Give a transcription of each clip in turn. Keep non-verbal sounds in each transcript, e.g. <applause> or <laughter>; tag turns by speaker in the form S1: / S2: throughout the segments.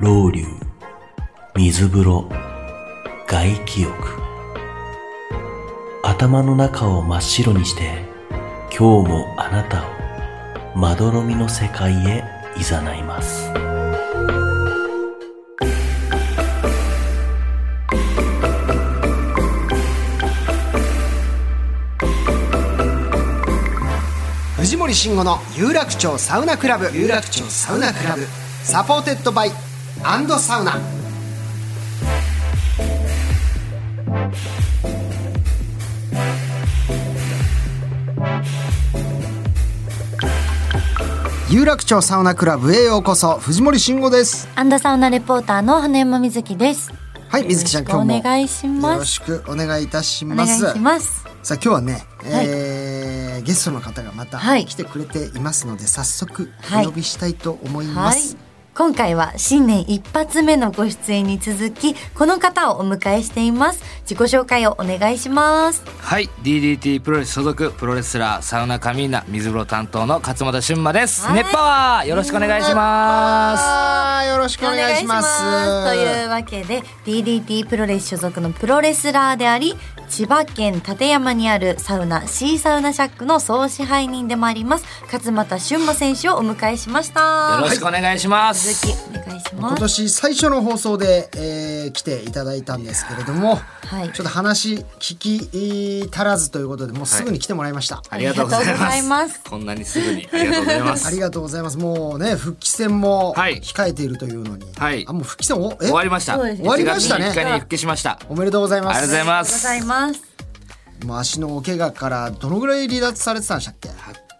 S1: 老流水風呂外気浴頭の中を真っ白にして今日もあなたをまどろみの世界へ誘います
S2: 藤森慎吾の有楽町サウナクラブ有楽町サウナクラブサポーテッドバイアンドサウナ有楽町サウナクラブへようこそ藤森慎吾です
S3: アンドサウナレポーターの花山瑞希です。
S2: はい水木ちゃん今日も
S3: お願いします
S2: よろしくお願いいたし
S3: お
S2: ま
S3: 願い
S2: す
S3: します。
S2: さあ今日はね、
S3: はい
S2: えーゲストの方がまた
S3: はい
S2: 来てくれていますので、早速
S3: はい
S2: お呼びしたいと思いま
S3: はい
S2: す。。
S3: 今回は新年一発目のご出演に続き、この方をお迎えしています。自己紹介をお願いします。
S4: はい DDT プロレス所属プロレスラーサウナカミーナ水風呂担当の勝俣俊馬です
S3: はい
S4: 熱波はよろしくお願いします
S2: あーよろしくお願いします。
S3: お願いしますというわけで、DDT プロレス所属のプロレスラーであり、千葉県館山にあるサウナ、シーサウナシャックの総支配人でもあります、勝俣俊馬選手をお迎えしました。
S4: よろしくお願いします、
S3: 続きお願いしま
S2: 今
S3: す。
S2: 年最初の放送で、えー来ていただいたんですけれども、
S3: はい
S2: ちょっと話聞き足らずということでもうすぐに来てもらいました、
S4: ありがとうございます
S3: ありがとうございます
S4: こんなにすぐにありがとうございま
S2: <laughs> あり
S4: す
S2: がとうございますもうね復帰戦も
S4: はい
S2: 控えているというのに、
S4: はい
S2: あもう復帰戦おえ
S4: 終わりました
S3: そうです
S4: 1
S3: 終わ
S2: りましたね
S4: 月3日に復帰しましたあり
S2: おめでとうございま
S4: が
S2: す
S4: とうござい
S3: ありがと
S4: ま
S3: うご
S4: す
S3: ざいます。
S2: もう足のお怪我からどのぐらい離脱されてたんでしたっけ
S4: 8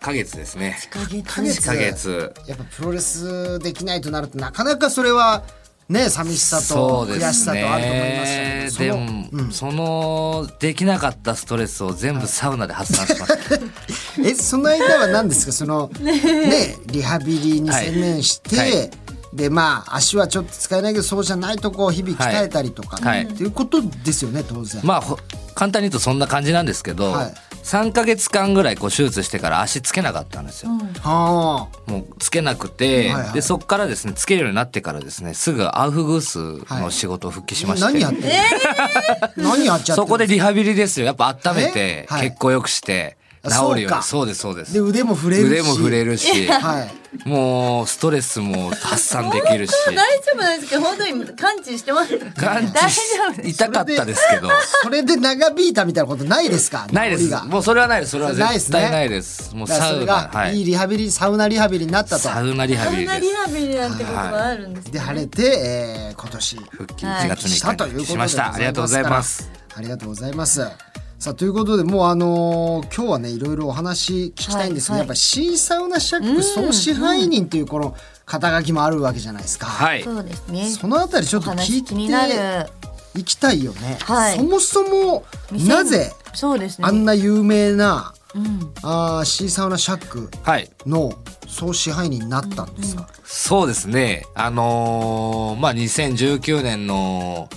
S4: ヶ月ですね
S3: 1ヶ
S2: 月
S3: 月
S4: 1ヶ月
S2: やっぱプロレスできないとなるとなかなかそれはね寂しさと悔しさとあると思います
S4: ね
S2: し
S4: でも、そのできなかったストレスを全部サウナで発散しました、
S2: えその間は何ですかそ
S3: <laughs>
S2: のねリハビリに専念して、
S4: はいはい
S2: でまあ足はちょっと使えないけどそうじゃないとこを日々鍛えたりとか、
S4: はい
S2: っていうことですよね当然、
S4: まあほ簡単に言うとそんな感じなんですけど、
S2: はい
S4: 3ヶ月間ぐらいこう手術してから足つけなかったんですよ、
S2: はあ
S4: もうつけなくて、
S2: はいはい
S4: でそっからですねつけるようになってからですねすぐアウフグースの仕事を復帰しまして、
S2: 何やってんの、何やっちゃってんの
S4: そこでリハビリですよやっぱ温めて
S2: えはい
S4: 血行良くして
S2: あ
S4: 治るよう
S2: そう
S4: に
S2: か
S4: そうですそうです
S2: で腕も触れるし
S4: 腕も触れるし、
S2: <laughs> はい
S4: もうストレスも発散できるし
S3: <laughs> 大丈夫なんですけど本当に感知してます。
S4: 感
S3: 大
S4: じし
S3: 丈夫です。
S4: 痛かったですけど
S2: それで長引いたみたいなことないですか
S4: ないで
S2: 残り
S4: す
S2: が
S4: もうそれはないですそれは
S2: ないで
S4: 絶
S2: すね
S4: 対ないですもう
S2: だから
S4: サ
S2: そ
S4: ウ
S2: れ
S4: ナ
S2: がいいリハビリ、サウナリハビリになったと
S4: サウナリハ
S3: あん
S4: ビリ
S3: な
S4: で
S3: リ
S4: す
S3: ハビリなんてことがあるんです
S2: で
S3: ね。
S2: 晴れて、えー今年
S4: 復帰1月
S2: し
S4: 3
S2: た
S4: 日
S2: と
S4: に
S2: いうこと
S4: 復帰し
S2: で
S4: ましたありがとうございます
S2: ありがとうございますさあということでもうあのー今日はねいろいろお話聞きたいんですけど、
S3: はい
S2: やっぱシーサウナシャック総支配人というこの肩書きもあるわけじゃないですか、
S4: はい
S3: そうですね。
S2: そのあたりちょ
S3: お
S2: っと聞
S3: 話
S2: い
S3: 気にな
S2: て
S3: る。
S2: いきたいよね、
S3: はい
S2: そもそもなぜ
S3: そうですね。
S2: あんな有名な、
S3: うん
S2: あーシーサウナシャック
S4: はい
S2: の総支配人になったんですか、
S4: そうですね。あのーまあ、2019年の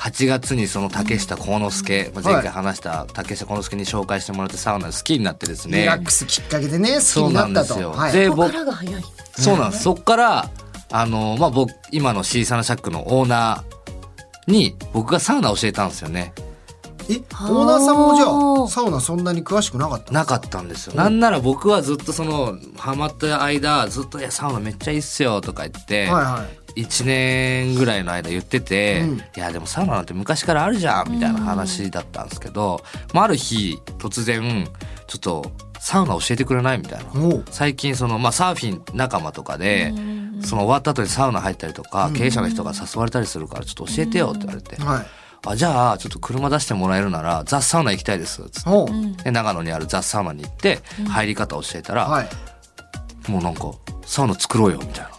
S4: 8月にその竹下幸之助、まあ前回話した竹下幸之助に紹介してもらってサウナ好きになってです
S2: リ
S4: ね
S2: ラ。ックスきっかけでね好
S4: そ
S2: き
S4: う
S2: にな
S4: な
S2: っ
S4: んで
S2: たと
S4: すよ。
S2: はい
S4: で、
S3: ここ
S4: 僕
S3: か、らが早い。
S4: そうなんです。そっから、あのーまあ、僕、今のシーサナシャックのオーナーに僕がサウナ教えたんですよね。
S2: えオーナーさんもじゃ
S3: は
S2: あ
S3: あ
S2: サウナそんなに詳しくなかった
S4: なかったんですよ。なんなら僕はずっとその、ハマった間、ずっと、いや、サウナめっちゃいいっすよとか言って、
S2: はいはい
S4: 1年ぐらいの間言ってて、
S2: うん
S4: いやでもサウナなんて昔からあるじゃんみたいな話だったんですけど、まあ、ある日突然ちょっとサウナ教えてくれないみたいな
S2: おう
S4: 最近その、まあ、サーフィン仲間とかで、その終わった後にサウナ入ったりとか、経営者の人が誘われたりするからちょっと教えてよって言われて、
S2: はい
S4: あじゃあちょっと車出してもらえるならザ・サウナ行きたいですっつって
S2: おう
S4: で長野にあるザ・サウナに行って入り方教えたら、
S2: はい
S4: もうなんかサウナ作ろうよみたいな。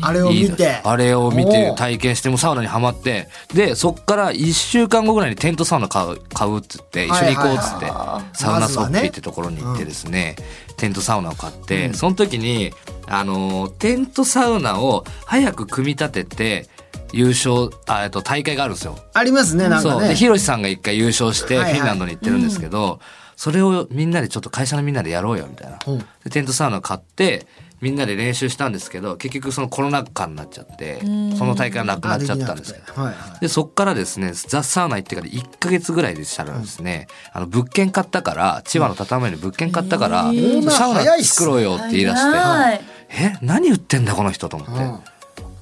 S2: あれを
S4: いい
S2: 見
S4: です
S2: て
S4: あれを見て
S2: おー
S4: 体験してもうサウナにはまってでそっから1週間後ぐらいにテントサウナ買う買うっつって一緒に行こうっつって、
S2: はい
S4: サウナ
S2: まず
S4: ソ
S2: は
S4: ッ
S2: ね
S4: ピーってところに行ってですねテントサウナを買って、その時にあのーテントサウナを早く組み立てて優勝あえっと大会があるんですよ。
S2: ありますねなんか
S4: そうで
S2: ね
S4: ヒロシさんが一回優勝して
S2: はいは
S4: フ
S2: い
S4: ィンランドに行ってるんですけど、それをみんなでちょっと会社のみんなでやろうよみたいな、
S2: うん
S4: でテントサウナ買ってみんなで練習したんですけど結局そのコロナ禍になっちゃってその大会がなくなっちゃったんですけど
S2: あできなくてはいはい
S4: でそっからですねザ・サウナ行ってから1か月ぐらいでしたらですね、あの物件買ったから千葉の畳に物件買ったから、
S2: ー
S4: サウナ作ろうよって言い出して、
S3: 早い
S4: え何言ってんだこの人と思って。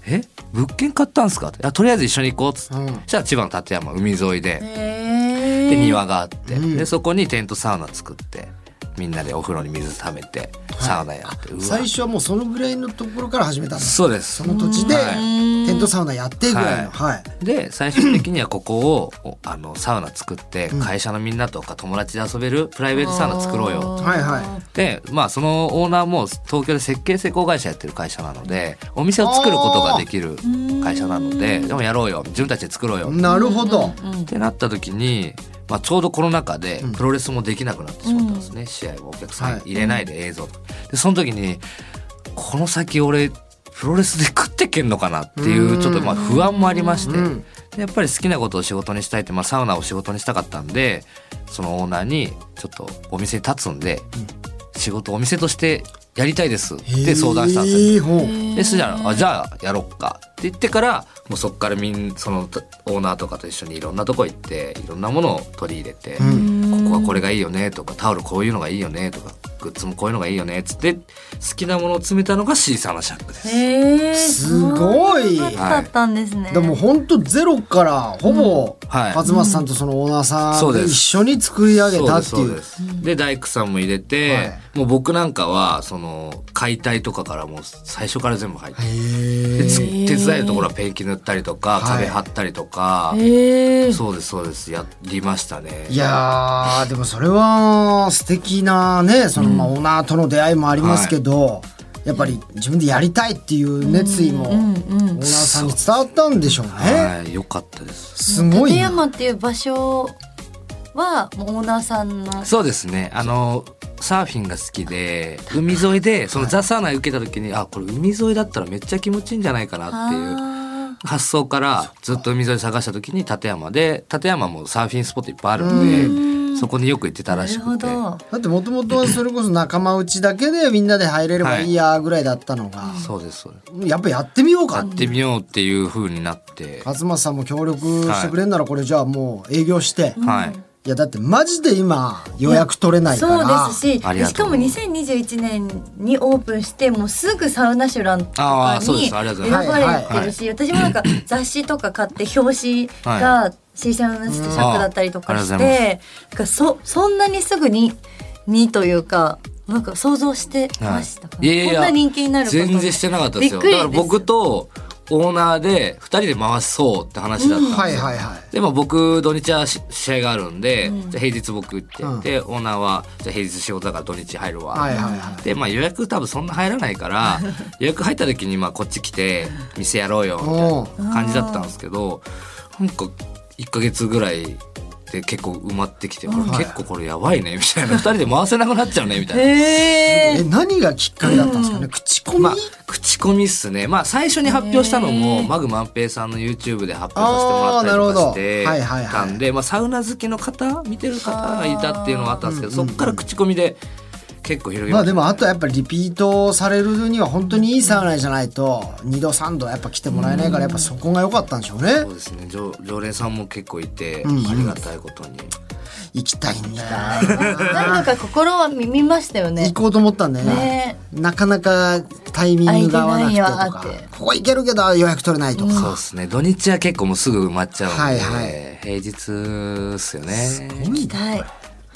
S4: え物件買ったんすかってあとりあえず一緒に行こうっつって、
S2: うん
S4: そしたら千葉の館山海沿いで,、
S3: へ
S4: で
S3: ー
S4: 庭があって、
S2: うん
S4: でそこにテントサウナ作ってみんなでお風呂に水ためてサウナやって、うわ
S2: 最初はもうそのぐらいのところから始めたんです
S4: そうです
S2: その土地で
S4: は
S2: テントサウナやってぐらいのはい
S4: で最終的にはここをおあのサウナ作って会社のみんなとか友達で遊べるプライベートサウナ作ろうよ
S2: はいは
S4: でまあそのオーナーも東京で設計施工会社やってる会社なのでお店を作ることができる会社なのででもやろうよ自分たちで作ろうよ
S2: いなるほど
S4: ってなった時に、まあ、ちょうどコロナ禍でプロレスもできなくなってしまったんですね、試合をお客さん入れないで映像とか、でその時にこの先俺プロレスで食ってけんのかなっていうちょっとまあ不安もありまして、でやっぱり好きなことを仕事にしたいって、まあ、サウナを仕事にしたかったんでそのオーナーにちょっとお店に立つんで、仕事お店としてやりたいですって相談したんですよ。
S2: へーほう
S4: でそしたらあじゃあやろっかって言ってからもうそっからみんそのオーナーとかと一緒にいろんなとこ行っていろんなものを取り入れて、ここはこれがいいよねとかタオルこういうのがいいよねとかグッズもこういうのがいいよねっつって好きなものを詰めたのが C さんのシャックです。
S3: へー
S2: すごい
S3: そううことだったんですね、
S2: でも本当ゼロからほぼ
S4: はい
S2: 勝松さんとそのオーナーさ
S4: そ
S2: ん
S4: う
S2: で
S4: です
S2: 一緒に作り上げたって
S4: そう
S2: い
S4: で
S2: う
S4: すそうですで大工さんも入れて、
S2: はい
S4: もう僕なんかはその解体とかからもう最初から全部入ってでつ手伝えるところはペンキ塗ったりとか
S2: はい
S4: 壁張ったりとか、
S3: へー
S4: そうですそうですやりましたね。
S2: いやーでもそれは素敵なねそのまあオーナーとの出会いもありますけど、やっぱり自分でやりたいっていう熱意もオーナーさんに伝わったんでしょうね。
S4: はい、良かったです。
S2: すごいな
S3: 立山っていう場所はもうオーナーさんの
S4: そうですね。あのサーフィンが好きで海沿いでそのザサウナ受けた時に、あこれ海沿いだったらめっちゃ気持ちいいんじゃないかなっていう。
S3: あ
S4: 発想からずっと海沿い探した時に立山で立山もサーフィンスポットいっぱいあるんでそこによく行ってた
S3: ー
S4: ら
S3: な
S4: し
S3: る
S4: く
S3: ほ
S4: て
S2: だ
S3: ど
S2: ってもともとはそれこそ仲間内だけでみんなで入れればいいやぐらいだったのが、
S4: そうですそうです
S2: やっぱやってみようか
S4: 買ってみようっていう風になって
S2: 勝松さんも協力してくれんならこれじゃあもう営業して、い、
S4: はい
S2: やだってマジで今予約取れないか
S3: そう
S2: ら
S3: ですし
S4: ありが
S3: し
S4: と
S3: か
S4: う
S3: も2021年にオープンしてもうすぐサウナシュランとか
S4: あーそうで
S3: に
S4: すありがとうご
S3: 選
S4: ざいます
S3: ばれてるし私もなんか雑誌とか買って表紙が「シーサウナシとシャック」だったりと
S4: うん
S3: か
S4: あー
S3: し
S4: ありがとうござ
S3: てなんかそそんなにすぐににというか。なんか想像してましたか、
S4: はい、いやいやいや
S3: こんな人気になること
S4: 全然してなかったですよ
S3: びっく
S4: だ
S3: り
S4: から僕とオーナーで2人で回そうって話だったんですよ、
S2: はいはいはい
S4: でも僕土日はし試合があるんで、じゃあ平日僕行って、でオーナーはじゃあ平日仕事だから土日入るわ、
S2: はいはいは
S4: でまあ予約多分そんな入らないから予約入った時にまあこっち来て店やろうよみたいな感じだったんですけどなんか1か月ぐらいで結構埋まってきて、これ結構これやばいねみたいな2人で回せなくなっちゃうねみたいな。
S3: へえ
S2: え何がきっかけだったんですかね、口コミ、
S4: まあ、口コミっすね。まあ、最初に発表したのも、マグマンペイさんの YouTube で発表させてもらったりとかして
S2: あーなるほどはいはいはい
S4: たんで、まあ、サウナ好きの方、見てる方がいたっていうのはあったんですけど、そこから口コミで結構広げ
S2: まあ
S4: まし
S2: で
S4: たね、
S2: もあとやっぱりリピートされるには本当にいいサウナじゃないと2度3度やっぱ来てもらえないからやっぱそこが良かったんでしょうね
S4: そうですね常常連さんも結構いて、
S2: んうん
S4: ありがたいことに
S2: 行きたいんだよ
S3: なんか心は耳ましたよ
S2: 行
S3: ね
S2: こうと思ったんだよね
S3: ね
S2: なかなかタイミングが合わなくてとか
S3: 空いてないわーって
S2: ここ行けるけど予約取れないとか、
S4: そうですね土日は結構もうすぐ埋まっちゃうんで、
S2: はいはい
S4: 平日っすよね
S3: 行きたいい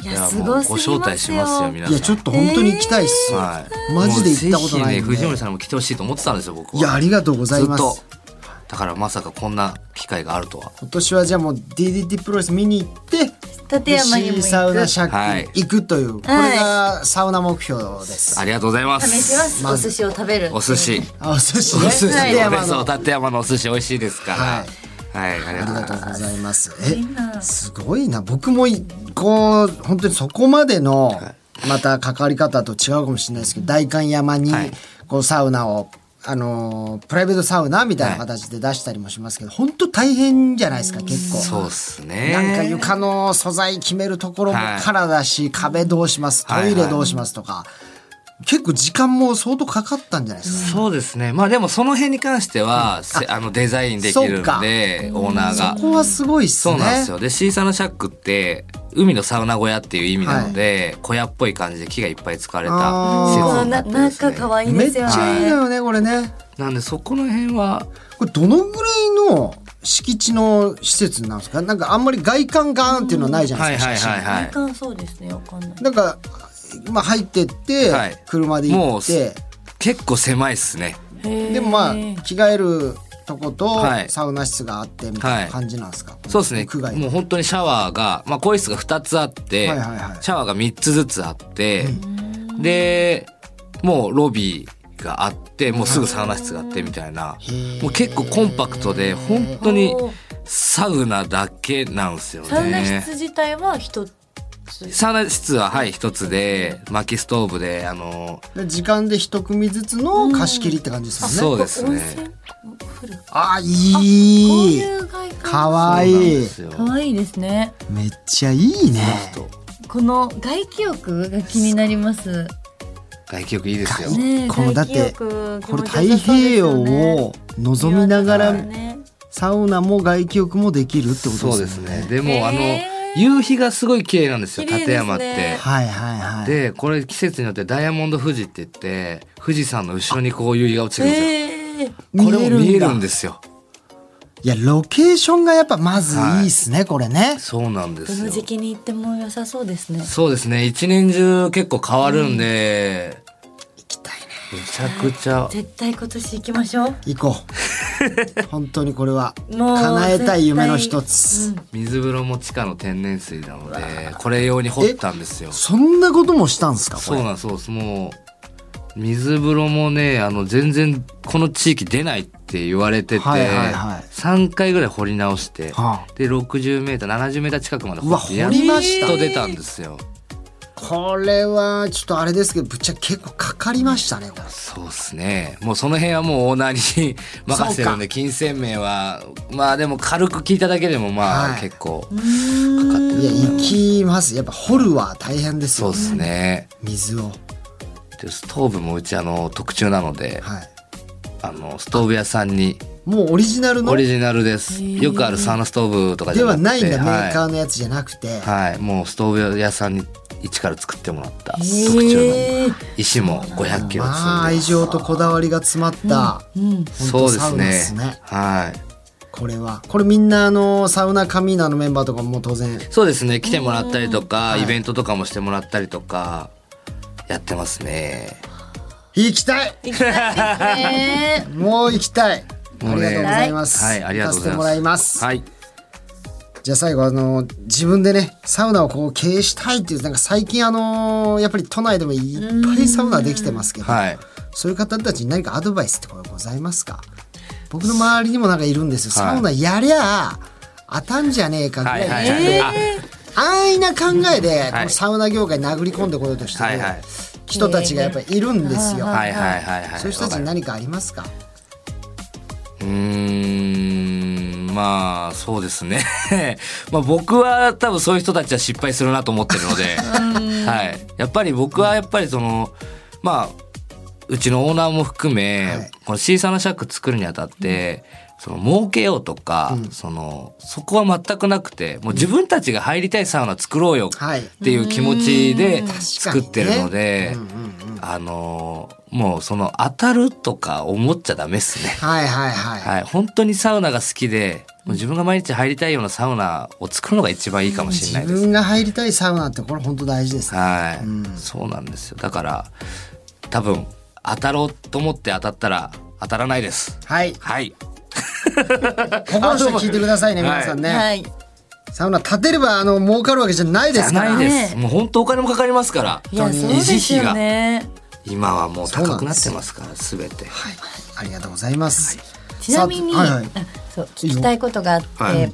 S4: い
S3: や
S4: や
S3: す
S4: もう
S3: ご
S4: ご
S3: すぎます
S4: 招待しますよ皆さん
S2: いやちょっと本当に行きたいっすよ、
S4: はい、
S2: マジで行ったことない
S4: もう
S2: んで
S4: ぜひね藤森さんも来てほしいと思ってたんですよ僕はい
S2: やありがとうございます
S4: ずっとだからまさかこんな機機会があるとは。
S2: 今年はじゃあもう DDT プロレス見に行って
S3: 立山にも
S2: で
S3: 行く
S2: サウナシャ
S4: は
S2: ッ
S4: い
S2: ク行くという、これがサウナ目標です。
S4: ありがとうございま。
S3: 試しますす、お寿司を食べる
S4: お寿司。
S2: あお寿司
S4: お
S2: ね。
S4: 寿司
S2: 立
S4: そうで
S2: 山
S4: す。
S2: の
S4: そう立山のお寿司美味しいですから。はい、あり
S2: あ
S4: がと
S2: り
S4: うご
S2: が
S4: ざ
S2: と
S4: いうます。
S2: ございます。え、すごいな。僕もい、こう、本当にそこまでの、また関わり方と違うかもしれないですけど、代官山に
S4: はい、
S2: こう、サウナを、あのープライベートサウナみたいな形で出したりもしますけど、本当大変じゃないですか、結構。
S4: そうですね。
S2: なんか床の素材決めるところも
S4: はい
S2: からだし、壁どうします、ト
S4: はい
S2: イレどうしますとか、結構時間も相当かかったんじゃないですか。
S4: そうですね。まあでもその辺に関しては、せあのデザインできるん
S2: そうか
S4: で、オーナーが
S2: こ。こはすごいっすね。
S4: そうなんですよ。で、シーサーのシャックって、海のサウナ小屋っていう意味なので、小屋っぽい感じで木がいっぱい使われた
S2: あー
S4: 施設
S3: あ
S4: に
S3: な
S4: なってるん
S3: な
S4: で
S3: ん
S4: す、
S3: か
S4: ね。
S3: 可愛い
S2: め
S3: で
S2: っ
S3: す
S2: ち
S3: よ
S2: ゃいいだ
S3: ね
S2: よね、これね。
S4: なんでそこの辺は、
S2: これどのぐらいの敷地の施設なんですかなんかあんまり外観ガーンっていうのはないじゃな
S4: はいい
S2: ですか。
S4: はいはい
S3: 体
S4: はい。
S3: 感そうですねわかんない
S2: なんか、まあ入ってって、
S4: はい
S2: 車で行って、
S4: 結構狭いっすね。
S2: でもまあ着替えるとこと、
S4: はい
S2: サウナ室があってみたいな感じなんですか、
S4: そうですね
S2: 屋外。
S4: もう本当にシャワーが、まあ、更衣室が2つあって、
S2: はいはいはい
S4: シャワーが3つずつあって、で、もうロビーがあって、もうすぐサウナ室があってみたいな、もう結構コンパクトで、本当にサウナだけなんですよね。
S3: サウナ室自体は一つ
S4: サウナ室は、はい、一つで、薪ストーブで、あの、
S2: で時間で一組ずつの貸し切りって感じですもんね、
S4: そう
S3: 温
S4: ですね。
S3: 泉フル
S2: あ
S3: こう
S2: いい
S3: いう外観
S2: かわい
S4: そうなん
S2: い
S4: ですよ
S3: かわいいですね
S2: めっちゃいいね
S3: この外気浴が気になります
S4: 外気浴いいですよ。
S3: ねえ
S2: このだっ
S3: 外気
S2: て
S3: 浴
S2: これ太平洋を
S3: 気持ちよさそうですよね
S2: 望みながら
S3: 見渡せますね
S2: サウナも外気浴もできるってこと
S4: そう
S2: で
S4: ですす
S2: よ
S4: ね
S2: ね。
S4: でも、あの
S3: へ、
S4: 夕日がすごい綺麗なんですよ、
S3: 綺麗です
S4: 立
S3: ね
S4: 山って。
S2: はいはいはい
S4: でこれ季節によってダイヤモンド富士って言って富士山の後ろにこう夕日が落ちてくるんです
S3: え
S4: よ。
S3: え
S4: これも見えるんですすよ。
S2: いやロケーションがやっぱまずいいっすね、これね
S4: そうなんで
S3: こ
S4: す
S3: の
S4: よ。
S3: 時期に行っても良さそうですね
S4: そうですね一年中結構変わるんで、
S2: 行きたいね
S4: めちゃくちゃ
S3: 絶対今年行きましょう
S2: 行こ
S4: <laughs>
S2: う本当にこれは
S3: もう
S2: 叶えたい夢の一つ、
S4: 水風呂も地下の天然水なのでこれ用に掘ったんですよ。
S2: そんなこともしたんですかこ
S4: そう
S2: れ
S4: なんそうですもう水風呂もねあの全然この地域出ないって言われてて、
S2: はいはいはい
S4: 3回ぐらい掘り直して、
S2: はあ
S4: で 60m70m 近くまで
S2: う
S4: 掘
S2: わ
S4: ってやっ
S2: 掘りました
S4: と出たんですよ。
S2: これはちょっとあれですけどぶっちゃけ結構かかりましたねこれ
S4: そうですね。もうその辺はもうオーナーに <laughs> 任せてるん
S2: そうか
S4: で、金銭面は、まあでも軽く聞いただけでもまあ
S2: はい
S4: 結構かかってる。
S2: いや行きますやっぱ掘るは大変です
S4: そう
S2: よ
S4: ですね。
S2: 水を
S4: でストーブもうちあの特注なので、
S2: はい
S4: あのストーブ屋さんに
S2: もうオリジナルの
S4: オリジナルです。よくあるサウナストーブとかじ
S2: で
S4: ゃな
S2: は
S4: くて
S2: ないんだ、メーカー
S4: は
S2: のやつじゃなくて、
S4: い、はい。もうストーブ屋さんに一から作ってもらった特
S3: へ
S4: 注
S3: ー
S4: の石も500キロ積んで
S2: まあ
S4: ます
S2: 愛情とこだわりが詰まった、
S4: そうで
S2: サ
S4: す
S2: ウナっすね
S4: ね。はい。
S2: これはこれみんなあのサウナカミーナのメンバーとかも当然
S4: そうですね来てもらったりとかイベントとかもしてもらったりとかやってますね
S2: 行きたい
S3: ね
S2: <laughs> もう行きたいあ
S4: もう
S2: りが
S4: ね
S2: とうございます、
S4: はいありがとうござ
S2: 行かせ
S4: い
S2: て
S4: ます
S2: もらいます、
S4: はい
S2: じゃあ最後あの自分でねサウナをこう経営したいっていうなんか最近あのやっぱり都内でもいっぱいサウナできてますけど、
S4: はい
S2: そういう方たちに何かアドバイスってこれございますか僕の周りにもなんかいるんですよ、
S4: はい
S2: サウナやりゃあ当たんじゃねえかぐ
S4: は
S2: ら
S4: い
S2: い、
S4: はいはいあ
S2: 安易な考えで、こ
S4: は
S2: の
S4: い
S2: サウナ業界に殴り込んでこようとして
S4: はい
S2: る
S4: はい
S2: 人たちがやっぱりいるんですよ、
S4: はいはいはいはい
S2: そういう人たちに何かありますか
S4: うーんまあそうですね <laughs> まあ僕は多分そういう人たちは失敗するなと思ってる
S2: <laughs>
S4: ので、はい、やっぱり僕はやっぱりそのまあうちのオーナーも含め、
S2: はい
S4: この小さなシャック作るにあたって、その儲けようとか、そのそこは全くなくてもう自分たちが入りたいサウナ作ろうよ
S2: はい
S4: っていう気持ちで
S2: ん
S4: 作ってるので、あのもうその当たるとか思っちゃダメですね。
S2: はいはいはい、
S4: はい、本当にサウナが好きで、もう自分が毎日入りたいようなサウナを作るのが一番いいかもしれない
S2: 自
S4: です。
S2: 分が入りたいサウナってこれ本当大事ですね、
S4: はい、そうなんですよ。だから、多分、当たろうと思って当たったら、当たらないです。
S2: はい
S4: はい。
S2: 心して聞いてくださいね皆さんね、
S3: はい。
S2: サウナ建てればあの儲かるわけじゃないですか
S4: な
S2: ら
S4: いです。もう本当お金もかかりますから。
S3: いや、そうですよね。
S4: 今はもう高くなってますから、すべて。
S2: はい、ありがとうございます、
S3: ちなみに、
S2: さあはいはい
S3: あそう聞きたいことがあって、
S4: はい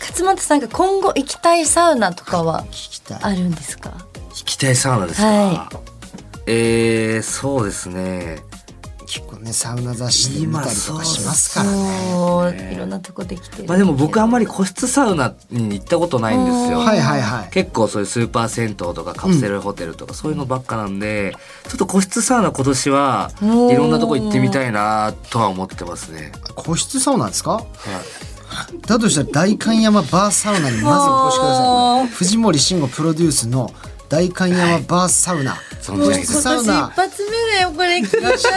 S3: 勝俣さんが今後行きたいサウナとかは
S2: 聞きたい
S3: あるんですか。
S4: 行きたいサウナですか。
S3: は
S4: えー、そうですね。
S2: 結構ねサウナ雑誌で見たりとかしますからね
S3: もういろんなとこできてる。
S4: まあでも僕あんまり個室サウナに行ったことないんですよ。
S2: はいはいはい
S4: 結構そういうスーパー銭湯とかカプセルホテルとかそういうのばっかなんで、ちょっと個室サウナ今年は
S3: おー
S4: いろんなとこ行ってみたいなとは思ってますね。
S2: 個室サウナですかだとしたら大観山バーサウナにまずお越しください藤森慎吾プロデュースの大観山バーサウナ、
S4: 存じ上げて
S2: 個
S3: 今
S4: ます
S2: 室サウ
S3: 年一
S2: ナ
S3: 発目だよこれ聞いちゃっ
S2: いらし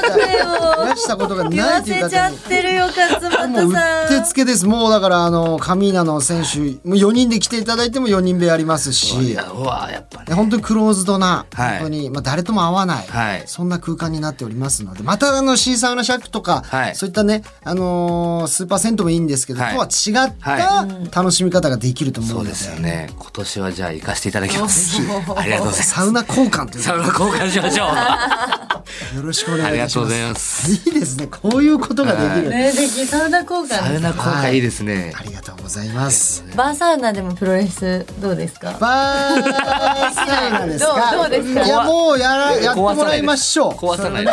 S2: たたこ
S3: よ。
S2: とが
S3: 言
S2: ない
S3: わ
S2: とい
S3: せ
S2: う
S3: ちゃ
S2: 方に
S3: ってるよ勝
S2: もうう
S3: 俣
S2: って
S3: さん
S2: つ。けですもうだからあのカミーナの選手もう4人で来ていただいても4人部屋あります
S4: い
S2: し
S4: や、うわやっぱり。
S2: 本当にクローズドな、
S4: はい
S2: 本当に、まあ、誰とも会わない、
S4: はい
S2: そんな空間になっておりますのでまたあのシーサーのシャックとか、
S4: はい
S2: そういったね、あのースーパー銭湯もいいんですけど、
S4: はい
S2: とは違った、
S4: は
S2: 楽しみ方ができると思う
S4: そ
S2: の
S4: う
S2: で
S4: ですよね。今年はじゃあ行かせていただきます。ありがとうございます。
S2: サウナ交換という
S4: サウナ交換しましょう。あ
S2: よろしくお願い
S4: り
S2: い
S4: が
S2: たし
S4: とう
S2: ま
S4: ご
S2: す
S4: ざいます。
S2: いいですねこういうことができる、
S3: ねできサウナ交
S4: サウ
S3: 換。
S4: ナ交換いいですね
S2: あ。りがとうございます
S3: バーサウナでもプロレスどうですか。
S2: バーサウナですか
S3: どうどうですか
S2: いやもうやらやってもらいましょう
S4: 壊さないで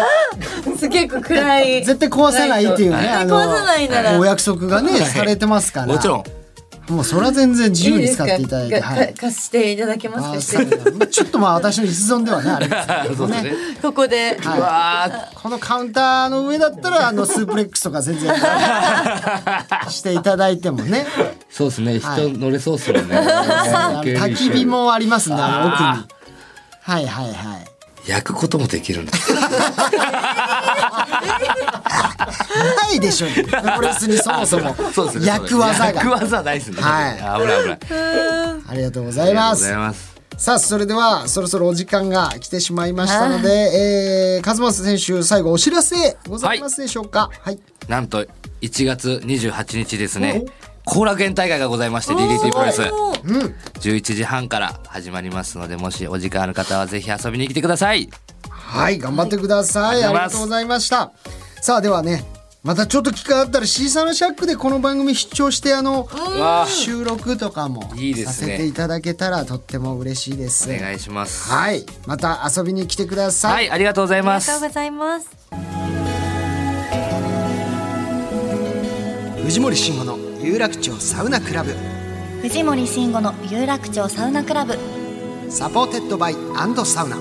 S4: す。
S3: すげえ暗い。
S2: 絶対壊さないっていうね、
S3: 絶対
S2: あ
S3: 壊
S2: の
S3: さないなら。
S2: お約束がね、
S4: はい
S2: されてますから
S4: もちろん。
S2: もうそれは全然自
S3: い
S2: 由
S3: い
S2: に
S3: です
S2: 使
S3: か。
S2: っていただいて
S3: か
S2: は
S3: か
S2: い
S3: 貸していただけま
S2: あー
S3: す
S2: サ
S3: か。
S2: ウナまあちょっとまあ私の一存ではねあれですけ
S4: そ
S2: ど
S4: うです
S2: ね
S4: ね。
S3: ここで。
S4: うわ
S2: このカウンターの上だったらあのスープレックスとか全然していただいてもね
S4: ーそうですね。
S2: はい
S4: 人乗れそうっすよね。
S2: あの焚き火。もありますんであの奥
S4: あ
S2: にはいはいはい
S4: 焼くこともできるんです。
S2: ないでしょプロレスにそもそも
S4: <laughs> そうですね。
S2: 焼く技
S4: 焼く
S2: が
S4: 技ないですね。
S2: はい
S4: 危ない危ない。ありがとう
S2: ありがとうございま
S4: ご
S2: す
S4: ざいます。
S2: さあそれではそろそろお時間が来てしまいましたので、えー、勝松選手最後お知らせございますでしょうかはい、
S4: なんと1月28日ですね。後楽園大会がございまして、DDT プロレス。11時半から始まりますので、もしお時間ある方はぜひ遊びに来てください。
S2: はい、頑張ってください、
S4: はい
S2: ありがとうございましたさあではねまたちょっと機会あったら C サのシャックでこの番組視聴してあの
S4: わあ
S2: 収録とかも
S4: いいですね
S2: させていただけたらとっても嬉しいです
S4: お願いします。
S2: はいまた遊びに来てください、
S4: はい、ありがとうござい
S3: あ
S4: ま
S3: りがとう
S4: す。
S3: ございます。
S2: 藤森慎吾の有楽町サウナクラブ
S3: 藤森慎吾の有楽町サウナクラブ。
S2: サポーテッドバイサウナ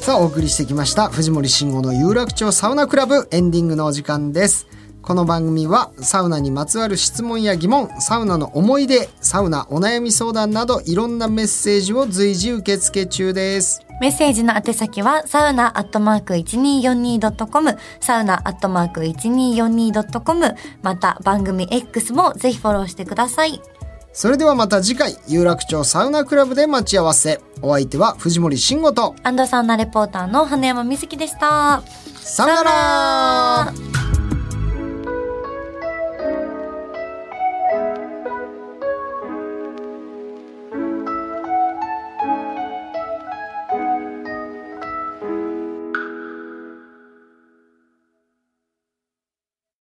S2: さあお送りしてきました藤森慎吾の有楽町サウナクラブエンディングのお時間ですこの番組はサウナにまつわる質問や疑問サウナの思い出サウナお悩み相談などいろんなメッセージを随時受付中です
S3: メッセージの宛先は、サウナアットマーク 1242.com、サウナアットマーク 1242.com、また番組 X もぜひフォローしてください。
S2: それではまた次回有楽町サウナクラブで待ち合わせお相手は藤森慎吾と
S3: アンドサウナレポーターの花山瑞希でした。
S2: さよなら
S3: さよなら